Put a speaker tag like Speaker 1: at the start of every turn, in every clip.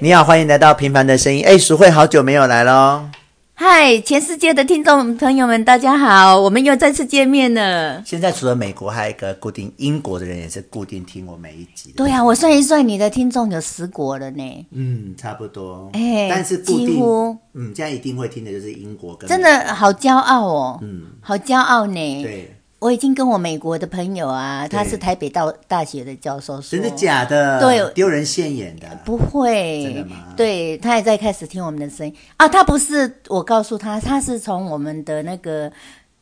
Speaker 1: 你好，欢迎来到《平凡的声音》。哎，淑慧好久没有来喽。
Speaker 2: 嗨，全世界的听众朋友们，大家好，我们又再次见面了。
Speaker 1: 现在除了美国，还有一个固定英国的人也是固定听我每一集的。
Speaker 2: 对啊，我算一算，你的听众有十国了呢。
Speaker 1: 嗯，差不多。
Speaker 2: 哎
Speaker 1: 但是固定
Speaker 2: 几乎，
Speaker 1: 嗯，现在一定会听的就是英国跟
Speaker 2: 真的好骄傲哦，嗯，好骄傲呢。
Speaker 1: 对，
Speaker 2: 我已经跟我美国的朋友啊，他
Speaker 1: 对
Speaker 2: 是台北大大学的教授说，
Speaker 1: 真的假的？
Speaker 2: 对
Speaker 1: 丢人现眼的。
Speaker 2: 不会，
Speaker 1: 真的吗
Speaker 2: 对他也在开始听我们的声音啊。他不是我告诉他，他是从我们的那个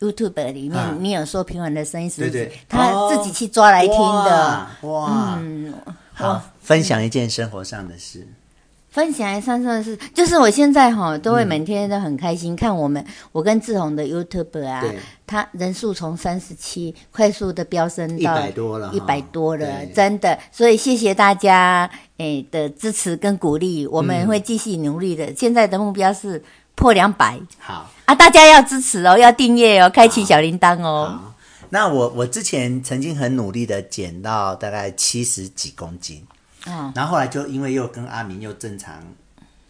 Speaker 2: YouTube 里面，
Speaker 1: 啊
Speaker 2: 你有说平稳的声音是不
Speaker 1: 对
Speaker 2: 是
Speaker 1: 对，
Speaker 2: 他
Speaker 1: 哦
Speaker 2: 自己去抓来听的。
Speaker 1: 哇。哇
Speaker 2: 嗯，
Speaker 1: 好，分享一件生活上的事。
Speaker 2: 分享一下算是，就是我现在哈都会每天都很开心、看我们我跟志宏的 YouTube 啊
Speaker 1: 嗯对，
Speaker 2: 他人数从三十七快速的飙升到
Speaker 1: 100多了哈
Speaker 2: 一百多了，
Speaker 1: 对
Speaker 2: 真的，所以谢谢大家诶、的支持跟鼓励，我们会继续努力的。
Speaker 1: 嗯
Speaker 2: 现在的目标是破两百
Speaker 1: 好。
Speaker 2: 啊，大家要支持哦，要订阅哦，开启小铃铛哦。
Speaker 1: 好，那我我之前曾经很努力的减到大概七十几公斤，
Speaker 2: 哦，
Speaker 1: 然后后来就因为又跟阿明又正常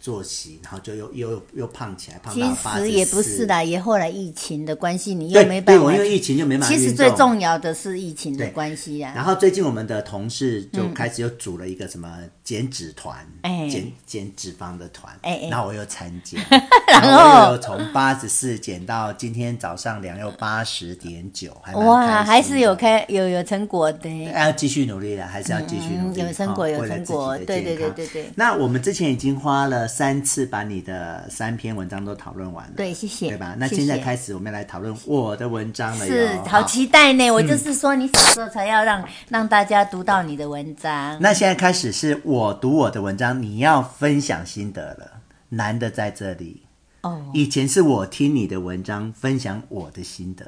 Speaker 1: 作息，然后就又又又胖起来，胖
Speaker 2: 其
Speaker 1: 到八
Speaker 2: 实也不是
Speaker 1: 的，
Speaker 2: 啦，也后来疫情的关系，你又
Speaker 1: 对
Speaker 2: 没
Speaker 1: 对，
Speaker 2: 办法
Speaker 1: 我因。为疫情就没办法
Speaker 2: 其
Speaker 1: 运动。
Speaker 2: 实最重要的是疫情的
Speaker 1: 对
Speaker 2: 关系呀、啊。
Speaker 1: 然后最近我们的同事就开始又组了一个什么减脂团，
Speaker 2: 嗯哎
Speaker 1: 减减脂肪的团，
Speaker 2: 哎哎
Speaker 1: 然后我又参加，
Speaker 2: 然后
Speaker 1: 我又从八十四减到今天早上量又八十点九，还蛮开心
Speaker 2: 哇，
Speaker 1: 的
Speaker 2: 还是有开有有成果的。
Speaker 1: 要继续努力了，还是要继续努力。
Speaker 2: 嗯有成果
Speaker 1: 哈
Speaker 2: 有
Speaker 1: 为了
Speaker 2: 成果
Speaker 1: 自己的健
Speaker 2: 对对
Speaker 1: 康
Speaker 2: 对对对
Speaker 1: 那我们之前已经花了三次把你的三篇文章都讨论完了，
Speaker 2: 对谢谢
Speaker 1: 对吧？那
Speaker 2: 谢谢
Speaker 1: 现在开始我们要来讨论我的文章了哟，嗯
Speaker 2: 是，好期待呢！我就是说，你什么时候才要让让大家读到你的文章？
Speaker 1: 那现在开始是我读我的文章，你要分享心得了，难的在这里。
Speaker 2: 哦，
Speaker 1: 以前是我听你的文章，分享我的心得，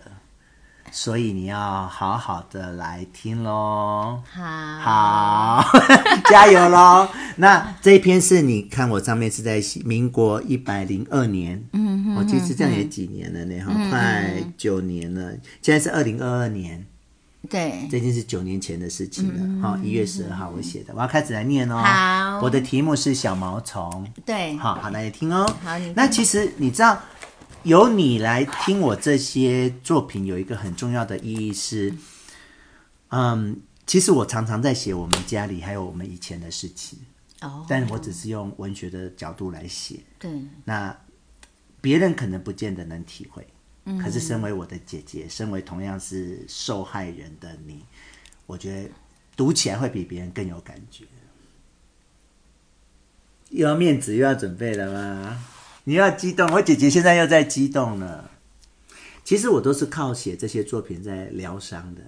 Speaker 1: 所以你要好好的来听喽。
Speaker 2: 好，
Speaker 1: 好， 加油喽！那这一篇是你看我上面是在民国一百零二年，嗯，我、其实这样也几年了呢，哈、快九年了。现在是二零二二年，
Speaker 2: 对，
Speaker 1: 这已经是九年前的事情了。哈、一、月十二号我写的，我要开始来念哦。
Speaker 2: 好
Speaker 1: 我的题目是小毛虫。
Speaker 2: 对，
Speaker 1: 好好来听哦。
Speaker 2: 好你听
Speaker 1: 那其实你知道，由你来听我这些作品，有一个很重要的意义是，嗯，其实我常常在写我们家里还有我们以前的事情，
Speaker 2: 哦，
Speaker 1: 但我只是用文学的角度来写，
Speaker 2: 对，
Speaker 1: 那别人可能不见得能体会。可是，身为我的姐姐，身为同样是受害人的你，我觉得读起来会比别人更有感觉。又要面子又要准备了吗？你又要激动，我姐姐现在又在激动了。其实我都是靠写这些作品在疗伤的。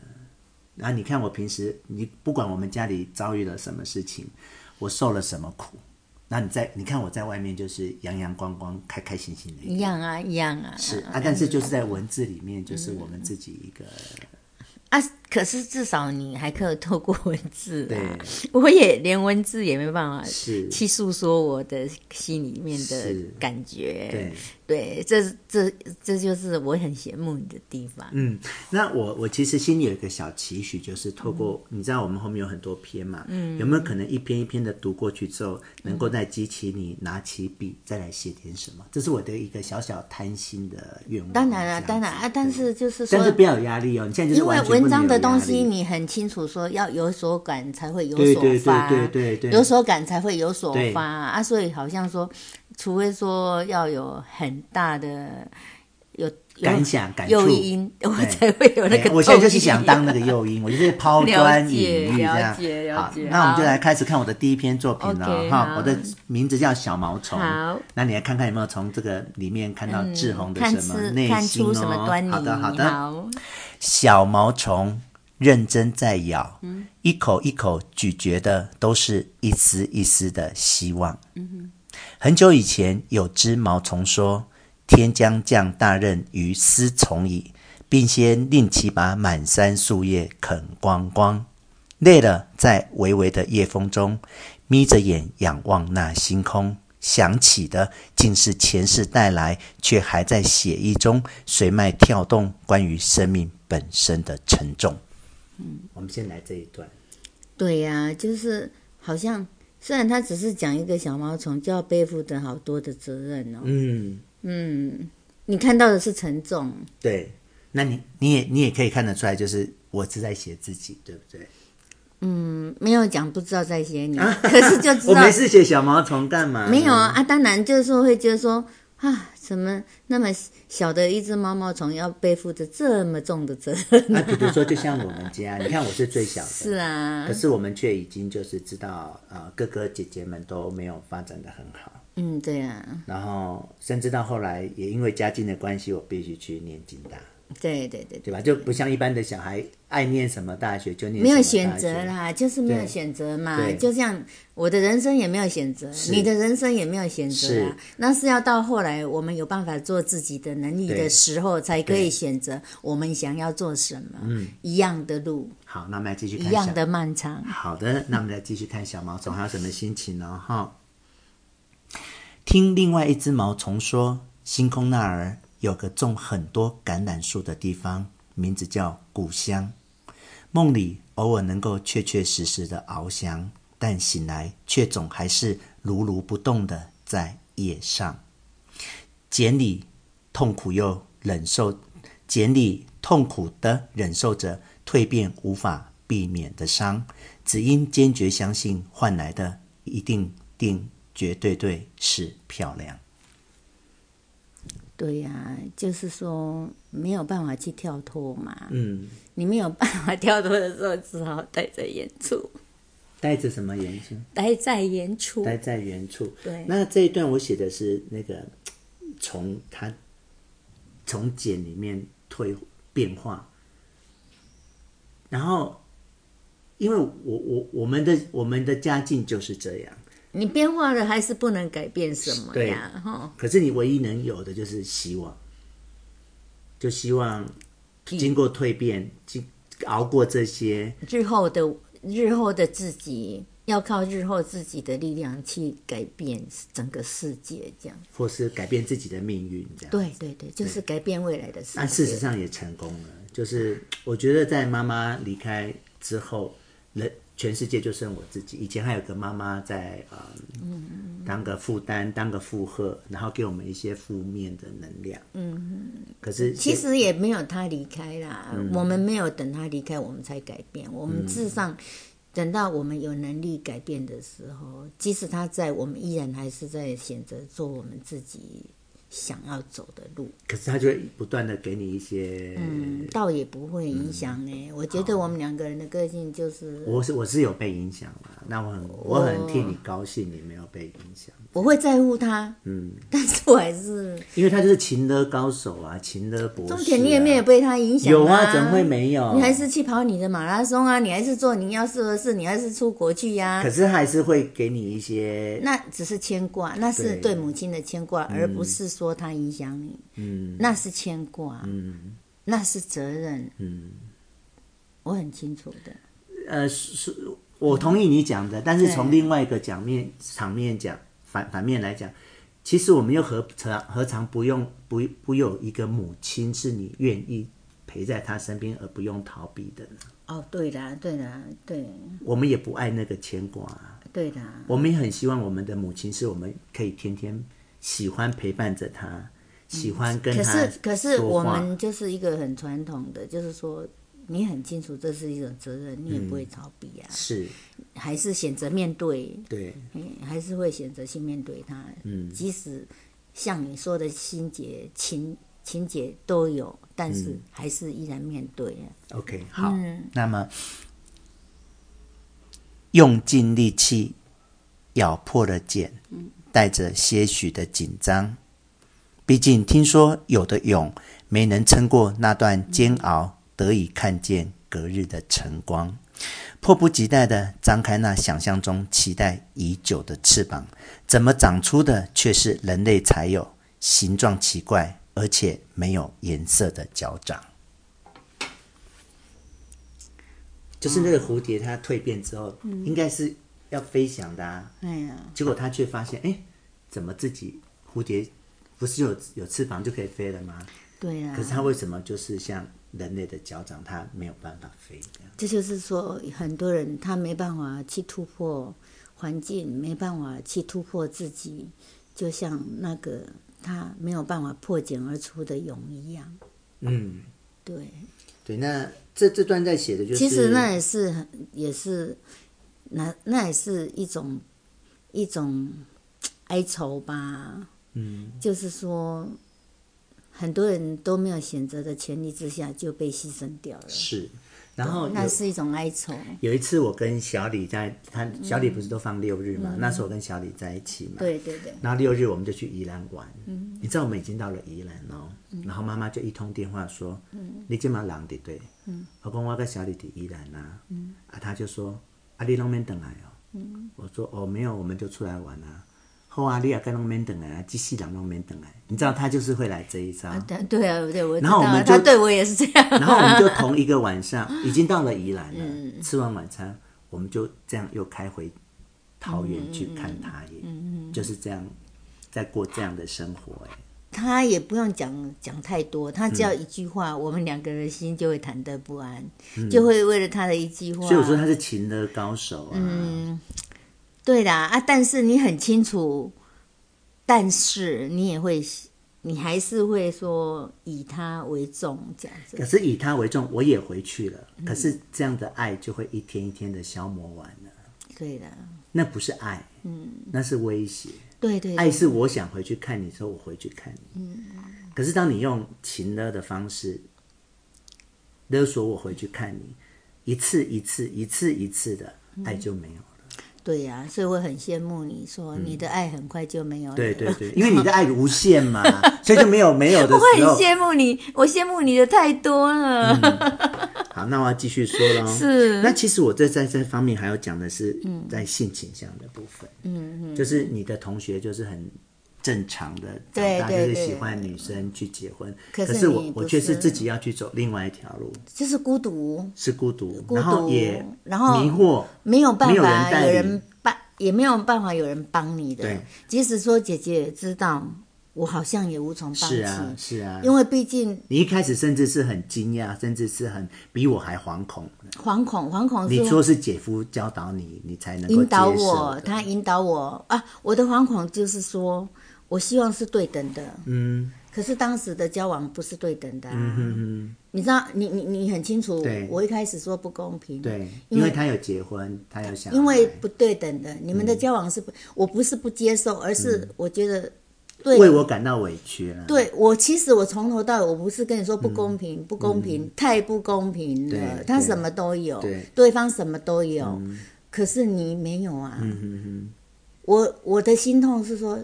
Speaker 1: 然后你看我平时，你不管我们家里遭遇了什么事情，我受了什么苦，那你在你看我在外面就是阳阳光光、开开心心的一个人
Speaker 2: 一样啊，一样啊。
Speaker 1: 是啊，但是就是在文字里面，就是
Speaker 2: 嗯
Speaker 1: 我们自己一个
Speaker 2: 啊，可是至少你还可以透过文字、啊，
Speaker 1: 对
Speaker 2: 我也连文字也没办法
Speaker 1: 是
Speaker 2: 去诉说我的心里面的
Speaker 1: 是
Speaker 2: 感觉。
Speaker 1: 对，
Speaker 2: 对，这这这就是我很羡慕你的地方。
Speaker 1: 嗯。那我我其实心里有一个小期许，就是透过、
Speaker 2: 嗯
Speaker 1: 你知道我们后面有很多篇嘛，嗯，有没有可能一篇一篇的读过去之后，
Speaker 2: 嗯
Speaker 1: 能够再激起你拿起笔再来写点什么？这是我的一个小小贪心的愿望。
Speaker 2: 当然了，
Speaker 1: 这样
Speaker 2: 当
Speaker 1: 子
Speaker 2: 然啊，但是就是说，
Speaker 1: 但是不要有压力哦，你现在就是
Speaker 2: 因为
Speaker 1: 完全不能
Speaker 2: 文章的
Speaker 1: 有压
Speaker 2: 东西，
Speaker 1: 力
Speaker 2: 你很清楚说要有所感才会有
Speaker 1: 对
Speaker 2: 所
Speaker 1: 对
Speaker 2: 发，
Speaker 1: 对对对对
Speaker 2: 有所感才会有所
Speaker 1: 对
Speaker 2: 发啊，所以好像说，除非说要有很大的有有
Speaker 1: 感想感触
Speaker 2: 诱因，我
Speaker 1: 对
Speaker 2: 才会有那个
Speaker 1: 哎。我现在就是
Speaker 2: 动力
Speaker 1: 想当那个诱因，我就是抛砖引玉这样
Speaker 2: 了解了解。了
Speaker 1: 好
Speaker 2: 解，
Speaker 1: 那我们就
Speaker 2: 好
Speaker 1: 来开始看我的第一篇作品了
Speaker 2: OK，
Speaker 1: 哈。
Speaker 2: 好
Speaker 1: 我的名字叫小毛虫
Speaker 2: 好，
Speaker 1: 那你来看看有没有从这个里面看到志宏的
Speaker 2: 嗯看
Speaker 1: 什么
Speaker 2: 是
Speaker 1: 内
Speaker 2: 看
Speaker 1: 心
Speaker 2: 出什么
Speaker 1: 哦
Speaker 2: 端倪。
Speaker 1: 好的，好的。
Speaker 2: 好
Speaker 1: 小毛虫认真在咬，一口一口咀嚼的都是一丝一丝的希望。很久以前，有只毛虫说：“天将降大任于斯虫矣，并先令其把满山树叶啃光光。”累了，在微微的夜风中，眯着眼仰望那星空，想起的竟是前世带来却还在血液中随脉跳动关于生命本身的沉重。嗯，我们先来这一段。
Speaker 2: 对呀、就是好像虽然他只是讲一个小毛虫，就要背负着好多的责任哦。
Speaker 1: 嗯，
Speaker 2: 嗯，你看到的是沉重，
Speaker 1: 对。那你你也你也可以看得出来，就是我是在写自己，对不对？
Speaker 2: 嗯，没有讲不知道在写你，可是就知
Speaker 1: 啊我
Speaker 2: 道
Speaker 1: 没事写小毛虫干嘛？
Speaker 2: 没有啊。啊，当然就是说会觉得说啊，怎么那么小的一只毛毛虫要背负着这么重的责任？
Speaker 1: 那啊比如说，就像我们家，你看我是最小的，
Speaker 2: 是啊
Speaker 1: 可，是我们却已经就是知道，呃，哥哥姐姐们都没有发展的很好，
Speaker 2: 嗯，对啊，
Speaker 1: 然后甚至到后来也因为家境的关系，我必须去念京大，
Speaker 2: 对对对对，
Speaker 1: 对吧？就不像一般的小孩爱念什么大学就念
Speaker 2: 没有
Speaker 1: 什么
Speaker 2: 选
Speaker 1: 大学
Speaker 2: 择。啦，就是没有
Speaker 1: 对
Speaker 2: 选择嘛
Speaker 1: 对，
Speaker 2: 就像我的人生也没有选择，你的人生也没有选择
Speaker 1: 是
Speaker 2: 啊。那是要到后来我们有办法做自己的能力
Speaker 1: 对
Speaker 2: 的时候，才可
Speaker 1: 对
Speaker 2: 以选择我们想要做什么。一样的路，
Speaker 1: 好，那我们来继嗯续看
Speaker 2: 一
Speaker 1: 小
Speaker 2: 样的漫长。
Speaker 1: 好的，那我们来继续看小毛虫还有什么心情呢、哈，听另外一只毛虫说，星空那儿有个种很多橄榄树的地方，名字叫故乡。梦里偶尔能够确确实实的翱翔，但醒来却总还是如如不动的在夜上。茧里痛苦又忍受，茧里痛苦的忍受着蜕变无法避免的伤，只因坚决相信换来的一定定绝对对是漂亮。
Speaker 2: 对呀、就是说没有办法去跳脱嘛。
Speaker 1: 嗯，
Speaker 2: 你没有办法跳脱的时候，只好待在原处，
Speaker 1: 待着什么原处？
Speaker 2: 待在原处。
Speaker 1: 待在原处。
Speaker 2: 对
Speaker 1: 那这一段我写的是那个从它从茧里面退变化，然后因为我我我们的我们的家境就是这样，
Speaker 2: 你变化了，还是不能改变什么
Speaker 1: 对
Speaker 2: 呀？哈，
Speaker 1: 可是你唯一能有的就是希望，就希望
Speaker 2: 嗯
Speaker 1: 经过蜕变，经熬过这些，
Speaker 2: 日后的日后的自己，要靠日后自己的力量去改变整个世界，这样。
Speaker 1: 或是改变自己的命运，这样。
Speaker 2: 对对对，就是改变未来的世
Speaker 1: 但啊事
Speaker 2: 界。
Speaker 1: 实上也成功了，就是我觉得在妈妈离开之后，人全世界就剩我自己。以前还有个妈妈在呃、
Speaker 2: 嗯
Speaker 1: 当个负担，当个负荷，然后给我们一些负面的能量。嗯，可是
Speaker 2: 其实也没有他离开啦，
Speaker 1: 嗯
Speaker 2: 我们没有等他离开，我们才改变。我们至上等到我们有能力改变的时候，即使他在，我们依然还是在选择做我们自己想要走的路。
Speaker 1: 可是他就会不断的给你一些，
Speaker 2: 嗯，倒也不会影响呢、欸
Speaker 1: 嗯
Speaker 2: 我觉得我们两个人的个性就是，
Speaker 1: 我是我是有被影响了，那我很我
Speaker 2: 哦
Speaker 1: 很替你高兴，你没有被影响，
Speaker 2: 我会在乎他，嗯，但是我还是
Speaker 1: 因为他就是啊情的高手啊，情的博士、啊。
Speaker 2: 重点你也没有被他影响、
Speaker 1: 有啊，怎么会？没有？
Speaker 2: 你还是去跑你的马拉松啊，你还是做你要做的事，你还是出国去呀、
Speaker 1: 可是还是会给你一些
Speaker 2: 那只是牵挂，那是
Speaker 1: 对
Speaker 2: 对母亲的牵挂，而不是说他影响你。嗯，那是牵挂，嗯，那是责任，嗯，我很清楚的。
Speaker 1: 呃，是是我同意你讲的，但是从另外一个讲面场面讲反反面来讲，其实我们又何尝何尝不用不不有一个母亲是你愿意陪在她身边而不用逃避的呢？
Speaker 2: 哦，对啦，对啦，对
Speaker 1: 我们也不爱那个牵挂、啊，
Speaker 2: 对啦，
Speaker 1: 我们也很希望我们的母亲是我们可以天天喜欢陪伴着她，喜欢跟
Speaker 2: 嗯可
Speaker 1: 她、
Speaker 2: 是可是我们就是一个很传统的，就是说你很清楚这是一种责任，你也不会逃避啊，
Speaker 1: 是
Speaker 2: 还是选择面对，
Speaker 1: 对
Speaker 2: 嗯，还是会选择性面对它。嗯，即使像你说的心结、情情节都有，但
Speaker 1: 嗯
Speaker 2: 是还是依然面对啊。
Speaker 1: OK，好，那么用尽力气咬破了茧，带着些许的紧张。毕竟听说有的蛹没能撑过那段煎熬，得以看见隔日的晨光，迫不及待地张开那想象中期待已久的翅膀，怎么长出的却是人类才有形状奇怪而且没有颜色的脚掌。就是
Speaker 2: 嗯
Speaker 1: 那个蝴蝶它蜕变之后，应该是要飞翔的、啊，
Speaker 2: 哎呀，
Speaker 1: 结果它却发现，哎，怎么自己蝴蝶不是有有翅膀就可以飞了吗？
Speaker 2: 对啊呀、
Speaker 1: 可是它为什么就是像人类的脚掌，它没有办法飞这样？
Speaker 2: 这就是说，很多人他没办法去突破环境没办法去突破自己，就像那个他没有办法破茧而出的蛹一样。
Speaker 1: 嗯，
Speaker 2: 对，
Speaker 1: 对，那这这段在写的就是，
Speaker 2: 其实那也是很也是，那那也是一种一种哀愁吧。
Speaker 1: 嗯，
Speaker 2: 就是说，很多人都没有选择的权利之下就被牺牲掉了，
Speaker 1: 是，然后有
Speaker 2: 那是一种哀愁。
Speaker 1: 有一次我跟小李在，他
Speaker 2: 嗯
Speaker 1: 小李不是都放六日嘛，那时候我跟小李在一起嘛，
Speaker 2: 对对对，
Speaker 1: 然后六日我们就去宜兰玩，
Speaker 2: 嗯
Speaker 1: 你知道我们已经到了宜兰哦，然后妈妈就一通电话说，
Speaker 2: 嗯
Speaker 1: 你今嘛人对对，我讲我跟小李在宜兰啊，
Speaker 2: 嗯
Speaker 1: 啊他就说啊你拢免等来哦，我说哦没有，我们就出来玩啊，后啊你也跟拢免等来啊，机器人拢免等来，你知道他就是会来这一招，
Speaker 2: 对对啊，对我知
Speaker 1: 然后
Speaker 2: 道
Speaker 1: 我
Speaker 2: 啊，
Speaker 1: 们
Speaker 2: 他
Speaker 1: 就
Speaker 2: 对我也是这样。
Speaker 1: 然后我们就同一个晚上，已经到了宜兰了，
Speaker 2: 嗯
Speaker 1: 吃完晚餐，我们就这样又开回桃园去看他耶，
Speaker 2: 嗯
Speaker 1: 就是这样在过这样的生活哎。
Speaker 2: 他也不用讲讲太多，他只要一句话，我们两个人心就会忐忑不安，就会为了他的一句话。
Speaker 1: 所以我说他是情的高手啊，
Speaker 2: 对啦啊，但是你很清楚，但是你也会，你还是会说以他为重这样子
Speaker 1: 可。是以他为重，我也回去了。可是这样的爱就会一天一天的消磨完了，
Speaker 2: 对的，
Speaker 1: 那不是爱，那是威胁。
Speaker 2: 对对
Speaker 1: 爱
Speaker 2: 对
Speaker 1: 是我想回去看你，之后我回去看你。可是当你用情勒的方式勒索我回去看你，一次一次一次一次的，爱就没有了。
Speaker 2: 对呀、所以我很羡慕你说、你的爱很快就没有了。
Speaker 1: 对对对，因为你的爱无限嘛， 所以就没有没有的
Speaker 2: 我很
Speaker 1: 时候。
Speaker 2: 羡慕你，我羡慕你的太多了。
Speaker 1: 好，那我要继续说喽。
Speaker 2: 是嗯
Speaker 1: 那其实我这在这方面还要讲的是，在性倾向的部分，嗯嗯，就是你的同学就是很正常的，
Speaker 2: 对
Speaker 1: 长大
Speaker 2: 对
Speaker 1: 就是喜
Speaker 2: 对
Speaker 1: 欢女生去结婚，
Speaker 2: 可是
Speaker 1: 我
Speaker 2: 你不
Speaker 1: 我却是
Speaker 2: 是
Speaker 1: 自己要去走另外一条路，
Speaker 2: 就是孤独，
Speaker 1: 是孤独，
Speaker 2: 孤
Speaker 1: 然后
Speaker 2: 独哦
Speaker 1: 也
Speaker 2: 然后
Speaker 1: 迷惑，
Speaker 2: 没有办
Speaker 1: 没有人
Speaker 2: 法
Speaker 1: 带领
Speaker 2: 有人帮，也没有办法有人帮你的
Speaker 1: 对。
Speaker 2: 即使说姐姐也知道，我好像也无从帮
Speaker 1: 是
Speaker 2: 起，
Speaker 1: 啊是啊。
Speaker 2: 因为毕竟
Speaker 1: 你一开始甚至是很惊讶，甚至是很比我还惶恐。
Speaker 2: 惶恐，惶恐
Speaker 1: 你
Speaker 2: 是
Speaker 1: 说是姐夫教导你，你才能够
Speaker 2: 引导
Speaker 1: 接受
Speaker 2: 我
Speaker 1: 的，
Speaker 2: 他引导我啊。我的惶恐就是说我希望是对等的，
Speaker 1: 嗯，
Speaker 2: 可是当时的交往不是对等的啊。你知道，你你你很清楚
Speaker 1: 对，
Speaker 2: 我一开始说不公平，
Speaker 1: 对，因
Speaker 2: 因
Speaker 1: 为
Speaker 2: 为
Speaker 1: 他有结婚，他有小孩，
Speaker 2: 因为不对等的，你
Speaker 1: 嗯
Speaker 2: 们的交往是不，我不是不接受，而是我觉得对
Speaker 1: 为我感到委屈了。
Speaker 2: 对我，其实我从头到尾，我不是跟你说不公平，不公平，太不公平了
Speaker 1: 嗯对。
Speaker 2: 他
Speaker 1: 对
Speaker 2: 什么都有，
Speaker 1: 对
Speaker 2: 方什么都有，可是你没有啊。
Speaker 1: 嗯
Speaker 2: 我我的心痛是说，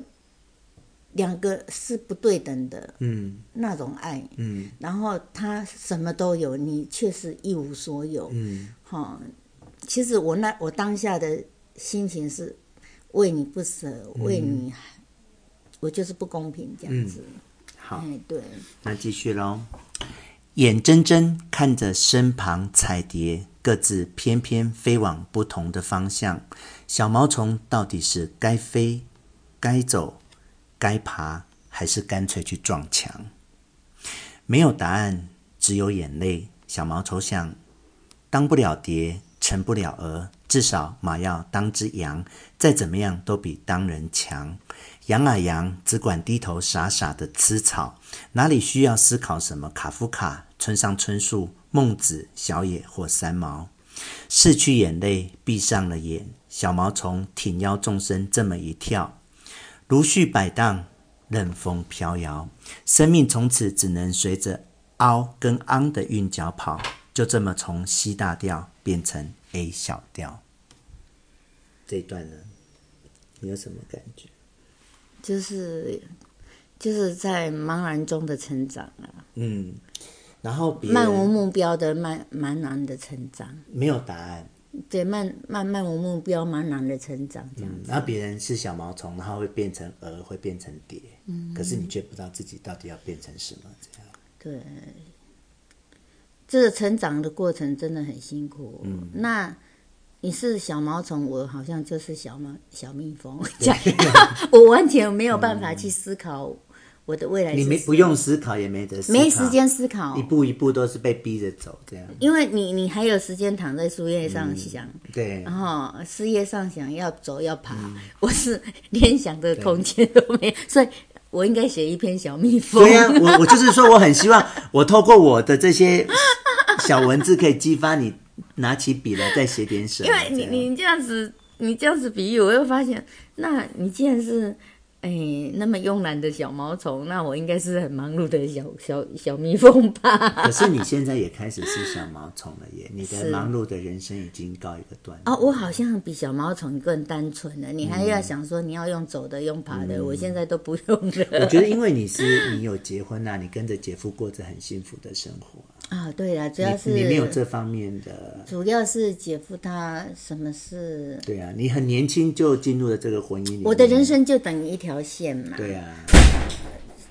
Speaker 2: 两个是不对等的
Speaker 1: 嗯
Speaker 2: 那种爱，
Speaker 1: 嗯
Speaker 2: 然后他什么都有，你却是一无所有。
Speaker 1: 嗯，
Speaker 2: 哈、其实我那我当下的心情是为你不舍，为
Speaker 1: 嗯
Speaker 2: 你，我就是不公平这样子。
Speaker 1: 好，
Speaker 2: 哎，对。
Speaker 1: 那继续喽。眼睁睁看着身旁彩蝶各自翩翩飞往不同的方向，小毛虫到底是该飞、该走、该爬，还是干脆去撞墙？没有答案，只有眼泪。小毛虫想，当不了蝶，成不了鹅，至少马要当只羊，再怎么样都比当人强。羊啊羊，只管低头傻傻的吃草，哪里需要思考什么卡夫卡、村上春树、孟子、小野或三毛？拭去眼泪，闭上了眼，小毛虫挺腰纵身这么一跳，如絮摆荡，任风飘摇，生命从此只能随着凹跟昂的韵脚跑，就这么从 C 大调变成 A 小调。这一段呢，你有什么感觉？
Speaker 2: 就是就是在茫然中的成长啊，
Speaker 1: 嗯，然后别
Speaker 2: 漫无目标的漫茫然的成长，
Speaker 1: 没有答案。
Speaker 2: 对，漫漫漫无目标茫然的成长这样
Speaker 1: 嗯
Speaker 2: 子。
Speaker 1: 然后别人是小毛虫，然后会变成蛾，会变成蝶，
Speaker 2: 嗯
Speaker 1: 可是你却不知道自己到底要变成什么，这样
Speaker 2: 对，这个成长的过程真的很辛苦。
Speaker 1: 嗯
Speaker 2: 那你是小毛虫，我好像 就是小毛小蜜蜂，这样我完全没有办法去思考我的未来
Speaker 1: 你
Speaker 2: 是
Speaker 1: 没
Speaker 2: 什
Speaker 1: 不用思考，也没得思考
Speaker 2: 没时间，思考
Speaker 1: 一，步一步都是被逼着走，这样
Speaker 2: 因为你你还有时间躺在树叶
Speaker 1: 嗯
Speaker 2: 上想。
Speaker 1: 对
Speaker 2: 然。后哦事业上想要走要爬，
Speaker 1: 嗯
Speaker 2: 我是连想的空间都没有，所以我应该写一篇小蜜蜂。
Speaker 1: 对呀、啊我我就是说，我很希望我透过我的这些小文字，可以激发你拿起笔来再写点什么。
Speaker 2: 因为
Speaker 1: 这样
Speaker 2: 你你这样子，你这样子比喻，我又发现，那你既然是哎那么慵懒的小毛虫，那我应该是很忙碌的小小小蜜蜂 吧？
Speaker 1: 可是你现在也开始是小毛虫了耶，你的
Speaker 2: 是
Speaker 1: 忙碌的人生已经告一个段落。
Speaker 2: 哦，我好像比小毛虫更单纯了。你还要想说你要用走的，用爬的，我现在都不用
Speaker 1: 嗯我
Speaker 2: 了。
Speaker 1: 觉得，因为你是你有结婚啊，你跟着姐夫过着很幸福的生活啊、
Speaker 2: 啊，对了，主要是
Speaker 1: 你你没有这方面的，
Speaker 2: 主要是姐夫他什么事
Speaker 1: 对啊，你很年轻就进入了这个婚姻里面。
Speaker 2: 我的人生就等于一条线嘛，
Speaker 1: 对啊，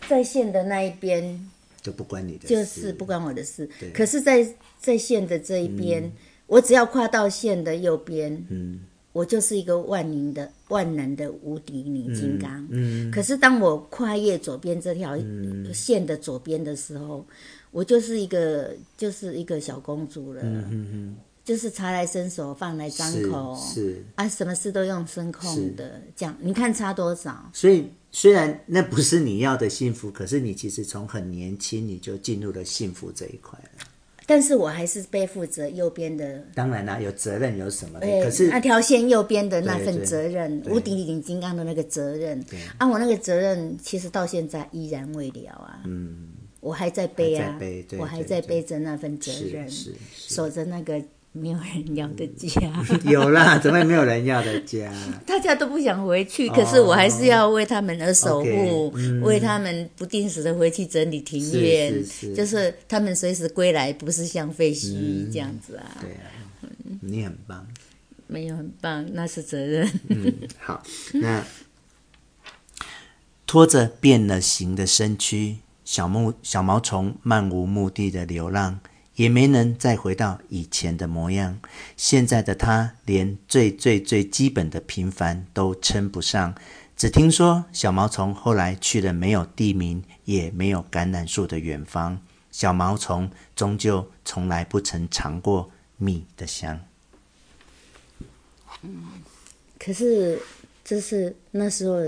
Speaker 2: 在线的那一边
Speaker 1: 就不关你的事，
Speaker 2: 就是不关我的事，可是在，在线的这一边，我只要跨到线的右边，
Speaker 1: 嗯
Speaker 2: 我就是一个万能的万能的无敌女金刚。
Speaker 1: 嗯
Speaker 2: 可是当我跨越左边这条线的左边的时候，我就是一个就是一个小公主了，
Speaker 1: 嗯嗯，
Speaker 2: 就是茶来伸手，饭来张
Speaker 1: 是
Speaker 2: 口，
Speaker 1: 是，
Speaker 2: 啊，什么事都用声控
Speaker 1: 是
Speaker 2: 的，这样你看差多少？
Speaker 1: 所以虽然那不是你要的幸福，可是你其实从很年轻你就进入了幸福这一块了。
Speaker 2: 但是我还是背负着右边的，
Speaker 1: 当然啦、有责任有什么的，
Speaker 2: 对，
Speaker 1: 哎可是
Speaker 2: 哎那条线右边的那份
Speaker 1: 对
Speaker 2: 责任，
Speaker 1: 对
Speaker 2: 无敌顶金刚的那个责任，啊，我那个责任其实到现在依然未了啊，嗯，我还在背
Speaker 1: 还
Speaker 2: 啊
Speaker 1: 在背，对
Speaker 2: 我还在背着那份责任
Speaker 1: 是，是是嗯
Speaker 2: 守着那个没有人要的家，
Speaker 1: 有啦，怎么也没有人要的家？
Speaker 2: 大家都不想回去，可是我还是要为他们而守护
Speaker 1: 哦 OK，，嗯
Speaker 2: 为他们不定时的回去整理庭院，
Speaker 1: 是是是嗯
Speaker 2: 就是他们随时归来，不是像废墟这样子啊，
Speaker 1: 对啊，你很棒。
Speaker 2: 没有很棒，那是责任。
Speaker 1: 嗯，好，那拖着变了形的身躯，小木小毛虫漫无目的的流浪，也没能再回到以前的模样。现在的他连最最最基本的平凡都称不上。只听说小毛虫后来去了没有地名也没有橄榄树的远方，小毛虫终究从来不曾尝过蜜的香。
Speaker 2: 可是，就是那时候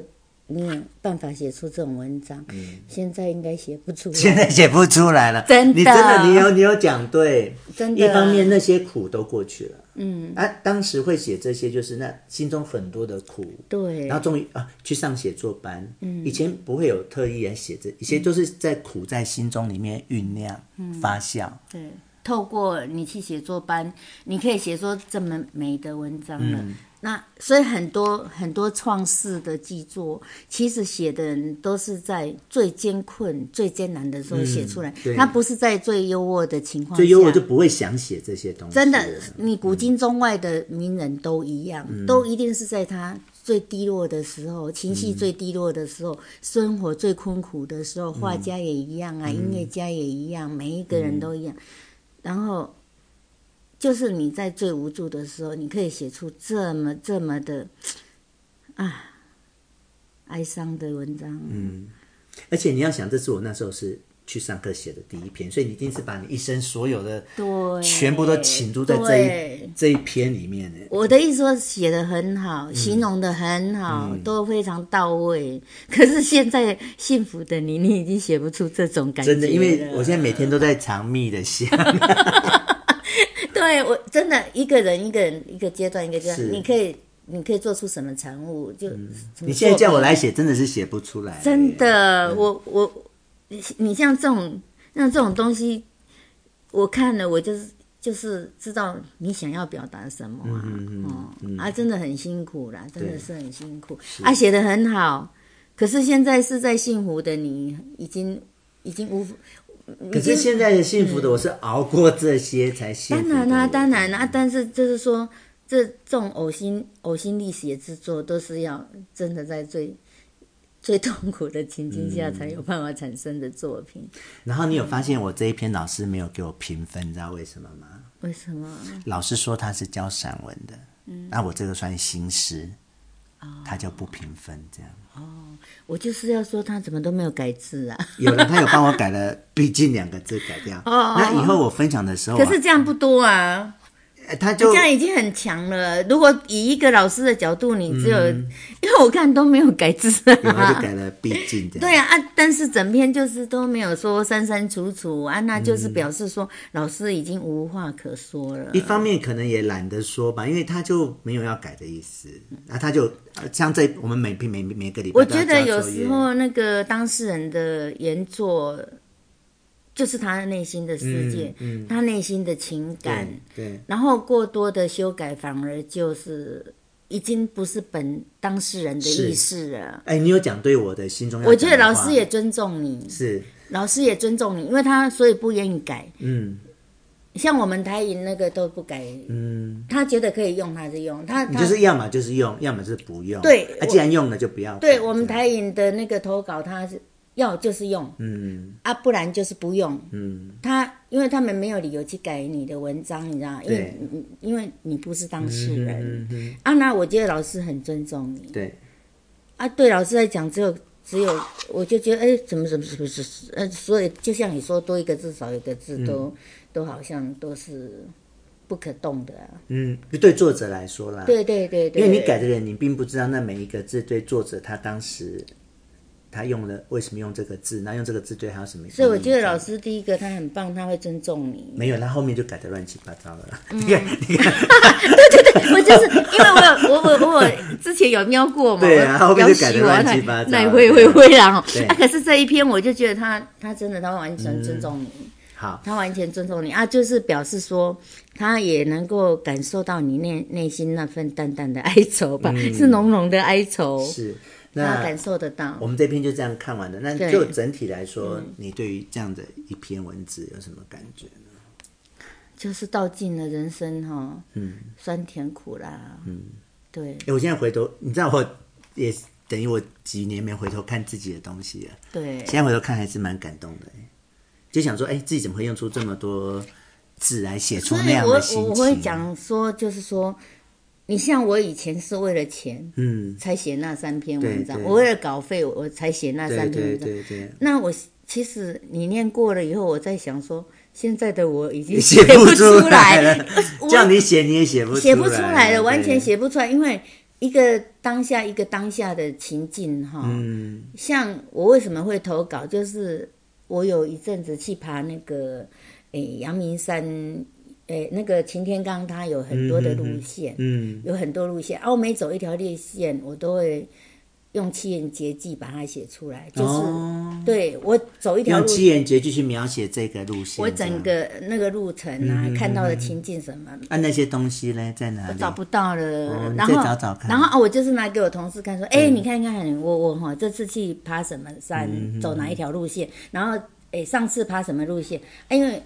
Speaker 2: 你有办法写出这种文章，现在应该写不出
Speaker 1: 嗯 现
Speaker 2: 来。
Speaker 1: 在写不出来了，
Speaker 2: 真的
Speaker 1: 你真的，你有你有讲对，
Speaker 2: 真的
Speaker 1: 一方面那些苦都过去了，嗯，啊，当时会写这些，就是那心中很多的苦，
Speaker 2: 对
Speaker 1: 然后终于啊去上写作班，嗯，以前不会有特意来写这，以前都是在苦在心中里面酝酿、
Speaker 2: 嗯
Speaker 1: 发酵，
Speaker 2: 对，透过你去写作班，你可以写出这么美的文章了。
Speaker 1: 嗯
Speaker 2: 那所以很多很多创世的记作，其实写的人都是在最艰困、最艰难的时候写出来，
Speaker 1: 嗯对
Speaker 2: 他不是在最优渥的情况下。
Speaker 1: 所以有我就不会想写这些东西，
Speaker 2: 真的，你古今中外的名人都一样，都一定是在他最低落的时候，情绪最低落的时候，生活最困苦的时候，画家也一样啊，音乐家也一样，每一个人都一样。然后，就是你在最无助的时候，你可以写出这么这么的啊哀伤的文章。
Speaker 1: 而且你要想，这是我那时候是去上课写的第一篇，所以你一定是把你一生所有的
Speaker 2: 对，
Speaker 1: 全部都倾注在这
Speaker 2: 对
Speaker 1: 一这一篇里面呢。
Speaker 2: 我的意思说，写的很
Speaker 1: 嗯
Speaker 2: 好，形容的很好，都非常到位。 可是现在幸福的你，你已经写不出这种感觉
Speaker 1: 真
Speaker 2: 了。
Speaker 1: 的，因为我现在每天都在尝蜜的香。
Speaker 2: 对我真的一个人一个人一个阶段一个阶
Speaker 1: 是嗯
Speaker 2: 段，你可以你可以做出什么产物？就、什么
Speaker 1: 你现在
Speaker 2: 作品
Speaker 1: 叫我来写，真的是写不出来。
Speaker 2: 真，的，我我你你像这种像这种东西，我看了我就是就是知道你想要表达什么
Speaker 1: 嗯
Speaker 2: 啊，哦、啊，真的很辛苦啦，真的是很辛苦啊，写的很好，可是现在是在幸福的你已经已经无。
Speaker 1: 可是现在的幸福的我是熬过这些才幸福
Speaker 2: 嗯当
Speaker 1: 的。嗯
Speaker 2: 然啦、当然啦、啊但是就是说，这这种呕心呕心沥血之作，都是要真的在最 最痛苦的情境
Speaker 1: 嗯
Speaker 2: 下才有办法产生的作品。
Speaker 1: 然后你有发现我这一篇老师没有给我评分，你知道为什么吗？
Speaker 2: 为什么？嗯
Speaker 1: 老师说他是教散文的，那我这个算新诗。
Speaker 2: 哦
Speaker 1: 它就不评分这样。
Speaker 2: 我就是要说他怎么都没有改 字啊，
Speaker 1: 有了，他有帮我改了“毕竟”两个字改掉。那以后我分享的时候、啊，
Speaker 2: 哦可是这样不多啊，
Speaker 1: 呃他就
Speaker 2: 这样已经很强了。如果以一个老师的角度，你只有，因为我看都没有改字
Speaker 1: 嗯有他就
Speaker 2: 啊。
Speaker 1: 改了“毕竟”这样。
Speaker 2: 对啊，啊，但是整篇就是都没有说删删除除啊，那就是表示说老师已经无话可说了。
Speaker 1: 一方面可能也懒得说吧，因为他就没有要改的意思，那、他就呃像这我们每每每每个礼拜
Speaker 2: 我
Speaker 1: 都要
Speaker 2: 觉得
Speaker 1: 交
Speaker 2: 有
Speaker 1: 作
Speaker 2: 时
Speaker 1: 业
Speaker 2: 候那个当事人的原作，就是他内心的世界，他内心的情感，
Speaker 1: 嗯对
Speaker 2: 然后过多的修改反而就是已经不是本当事人的意识了。
Speaker 1: 哎、你有讲对我的心中要
Speaker 2: 我觉得
Speaker 1: 讲
Speaker 2: 老
Speaker 1: 的话
Speaker 2: 师也尊重你，
Speaker 1: 是
Speaker 2: 老师也尊重你，因为他所以不愿意改。
Speaker 1: 嗯
Speaker 2: 像我们台语那个都不改，
Speaker 1: 嗯，
Speaker 2: 他觉得可以用他就用，他
Speaker 1: 你
Speaker 2: 他
Speaker 1: 就是要么就是用，要么就是不用。
Speaker 2: 对
Speaker 1: 啊、
Speaker 2: 我
Speaker 1: 既然用了就不要改。
Speaker 2: 对我们
Speaker 1: 这样
Speaker 2: 台影的那个投稿，他是要就是用，
Speaker 1: 嗯
Speaker 2: 啊，不然就是不用。
Speaker 1: 嗯
Speaker 2: 他因为他们没有理由去改你的文章，你知道吗，因为
Speaker 1: 对
Speaker 2: 你因为你不是当事人、
Speaker 1: 嗯嗯，
Speaker 2: 啊。那我觉得老师很尊重你
Speaker 1: 对，
Speaker 2: 啊。对老师来讲，只有只有我就觉得，哎，怎么怎么怎么怎么，呃，所以就像你说，多一个字少一个字都、都好像都是不可动的、啊。
Speaker 1: 嗯，对作者来说啦，
Speaker 2: 对对对对，
Speaker 1: 因为你改的人，你并不知道那每一个字对作者他当时他用了为什么用这个字，那用这个字对他有什么意义？
Speaker 2: 所以我觉得老师第一个他很棒，他会尊重你。
Speaker 1: 没有，他后面就改的乱七八糟了。
Speaker 2: 嗯
Speaker 1: 你看，你看，
Speaker 2: 我就是因为我有我我我之前有瞄过嘛，
Speaker 1: 对啊
Speaker 2: 我
Speaker 1: 后面
Speaker 2: 要
Speaker 1: 就改得
Speaker 2: 洗我
Speaker 1: 乱
Speaker 2: 那
Speaker 1: 七八糟
Speaker 2: 那
Speaker 1: 了
Speaker 2: 会会会啦哦
Speaker 1: 对。
Speaker 2: 啊，可是这一篇我就觉得他他真的他完全尊重你，
Speaker 1: 好，
Speaker 2: 他完全尊重你啊，就是表示说他也能够感受到你内内心那份淡淡的哀愁吧，是浓浓的哀愁，
Speaker 1: 嗯是
Speaker 2: 他
Speaker 1: 那
Speaker 2: 感受得到
Speaker 1: 我。们这篇就这样看完了。那
Speaker 2: 对嗯
Speaker 1: 就整体来说，你对于这样的一篇文字有什么感觉呢？
Speaker 2: 就是道尽了人生哈、嗯，酸甜苦辣，嗯，对
Speaker 1: 哎，我现在回头，你知道我也等于我几年没回头看自己的东西了，
Speaker 2: 对
Speaker 1: 现在回头看还是蛮感动的、哎就想说，哎，自己怎么会用出这么多字来写出
Speaker 2: 所
Speaker 1: 那
Speaker 2: 以
Speaker 1: 样
Speaker 2: 我
Speaker 1: 的心
Speaker 2: 我
Speaker 1: 情？
Speaker 2: 我会，讲说，就是说，你像我以前是为了钱
Speaker 1: 嗯，
Speaker 2: 才写那三篇文章，
Speaker 1: 对对
Speaker 2: 我为了稿费我我才写那
Speaker 1: 对
Speaker 2: 三篇
Speaker 1: 对
Speaker 2: 文章。
Speaker 1: 对对，
Speaker 2: 那我其实你念过了以后，我在想说，现在的我已经
Speaker 1: 写
Speaker 2: 不
Speaker 1: 出
Speaker 2: 来
Speaker 1: 了，
Speaker 2: 我
Speaker 1: 叫你写你也写不出来，
Speaker 2: 写不出来了，完全
Speaker 1: 对。
Speaker 2: 写不出来，因为一个当下一个当下的情境哈。
Speaker 1: 嗯，
Speaker 2: 像我为什么会投稿，就是我有一阵子去爬那个诶阳明山，诶那个擎天岗，它有很多的路线，
Speaker 1: 嗯
Speaker 2: 有很多路线，啊，我每走一条列线，我都会用七言绝句把它写出来，就是、
Speaker 1: 哦
Speaker 2: 对我走一条
Speaker 1: 用
Speaker 2: 路
Speaker 1: 七言绝句啊去描写这个路线，
Speaker 2: 我整
Speaker 1: 这样
Speaker 2: 个那个路程
Speaker 1: 嗯
Speaker 2: 啊，看到的情境什么。
Speaker 1: 啊那些东西呢在哪里？
Speaker 2: 找不到了，
Speaker 1: 哦你
Speaker 2: 然
Speaker 1: 再
Speaker 2: 后
Speaker 1: 找找看
Speaker 2: 然后啊，我就是拿给我同事看，说，哎、你看看我我哈，这次去爬什么山，
Speaker 1: 嗯
Speaker 2: 走哪一条路线，然后哎，上次爬什么路线，哎，因为。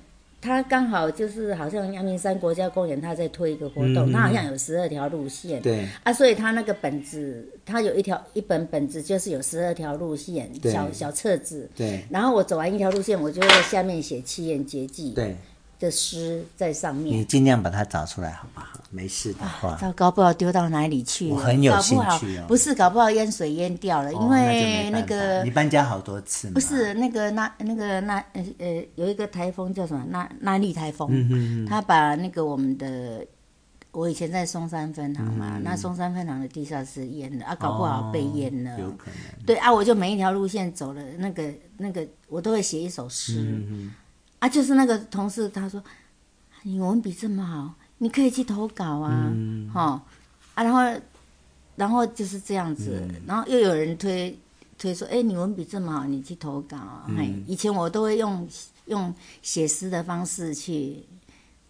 Speaker 2: 他刚好就是好像阳明山国家公园，他在推一个活
Speaker 1: 嗯
Speaker 2: 动，他好像有十二条路线，
Speaker 1: 对
Speaker 2: 啊，所以他那个本子，他有一条一本本子，就是有十二条路线，
Speaker 1: 对
Speaker 2: 小小册子。
Speaker 1: 对
Speaker 2: 然后我走完一条路线，我就会在下面写七言绝句
Speaker 1: 对，嗯
Speaker 2: 的诗在上面。
Speaker 1: 你尽量把它找出来好不好？没事的话，
Speaker 2: 糟糕，不知道丢到哪里去了。
Speaker 1: 我很有兴趣哦
Speaker 2: 搞不好不是，搞不好淹水淹掉了，因为
Speaker 1: 哦
Speaker 2: 那
Speaker 1: 那就没办法啊
Speaker 2: 个
Speaker 1: 你搬家好多次嘛，
Speaker 2: 不是那个那那个那呃呃，有一个台风叫什么？那那莉台风，
Speaker 1: 嗯
Speaker 2: 它把那个我们的。我以前在松山分行嘛，那松山分行的地下室淹了啊，搞不好被淹了。
Speaker 1: 嗯哦有可能。
Speaker 2: 对啊，我就每一条路线走了，那个那个我都会写一首诗、
Speaker 1: 嗯
Speaker 2: 啊，就是那个同事他说哎你文笔这么好，你可以去投稿啊，
Speaker 1: 嗯
Speaker 2: 哈、啊，然后然后就是这样子，
Speaker 1: 嗯
Speaker 2: 然后又有人推推说，哎，你文笔这么好，你去投稿啊，
Speaker 1: 嗯
Speaker 2: 嘿，以前我都会用用写诗的方式去。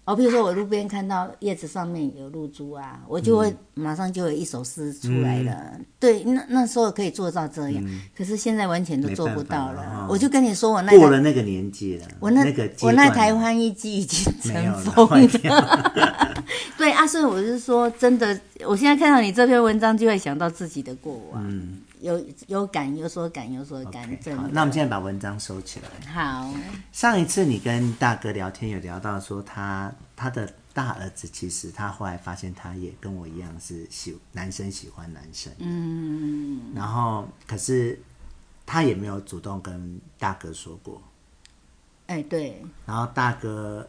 Speaker 2: 哦，比如说我路边看到叶子上面有露珠啊，我就会
Speaker 1: 嗯
Speaker 2: 马上就有一首诗出来了。对，那那时候可以做到这样，可是现在完全都做不
Speaker 1: 嗯
Speaker 2: 到
Speaker 1: 没办法了
Speaker 2: 了
Speaker 1: 哦。
Speaker 2: 我就跟你说，我那
Speaker 1: 过
Speaker 2: 台
Speaker 1: 了那个年纪了，
Speaker 2: 我那
Speaker 1: 个阶
Speaker 2: 我那
Speaker 1: 段
Speaker 2: 台翻译机已经
Speaker 1: 没有
Speaker 2: 尘
Speaker 1: 了
Speaker 2: 封
Speaker 1: 坏
Speaker 2: 了。
Speaker 1: 掉了，
Speaker 2: 对啊，所以我是说，真的，我现在看到你这篇文章，就会想到自己的过往，有有感有所感有所感
Speaker 1: 嗯 OK，
Speaker 2: 真
Speaker 1: 好
Speaker 2: 的。
Speaker 1: 那我们现在把文章收起来。
Speaker 2: 好，
Speaker 1: 上一次你跟大哥聊天有聊到说他他的大儿子其实他后来发现他也跟我一样是喜男生喜欢男生，嗯，然后可是他也没有主动跟大哥说过，
Speaker 2: 哎，对，
Speaker 1: 然后大哥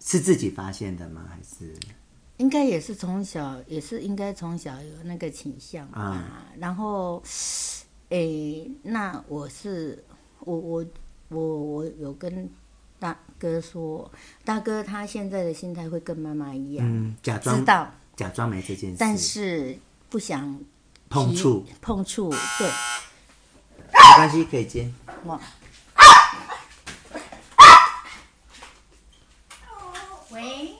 Speaker 1: 是自己发现的吗？还是
Speaker 2: 应该也是从小，也是应该从小有那个倾向啊。然后，诶、那我是我我我我有跟大哥说，大哥他现在的心态会跟妈妈一样，
Speaker 1: 嗯，假
Speaker 2: 知
Speaker 1: 装
Speaker 2: 道，
Speaker 1: 假装没这件事，
Speaker 2: 但是不想
Speaker 1: 碰
Speaker 2: 提
Speaker 1: 触
Speaker 2: 碰触，对，哦
Speaker 1: 没关系，可以接。
Speaker 2: 哇，
Speaker 3: 喂，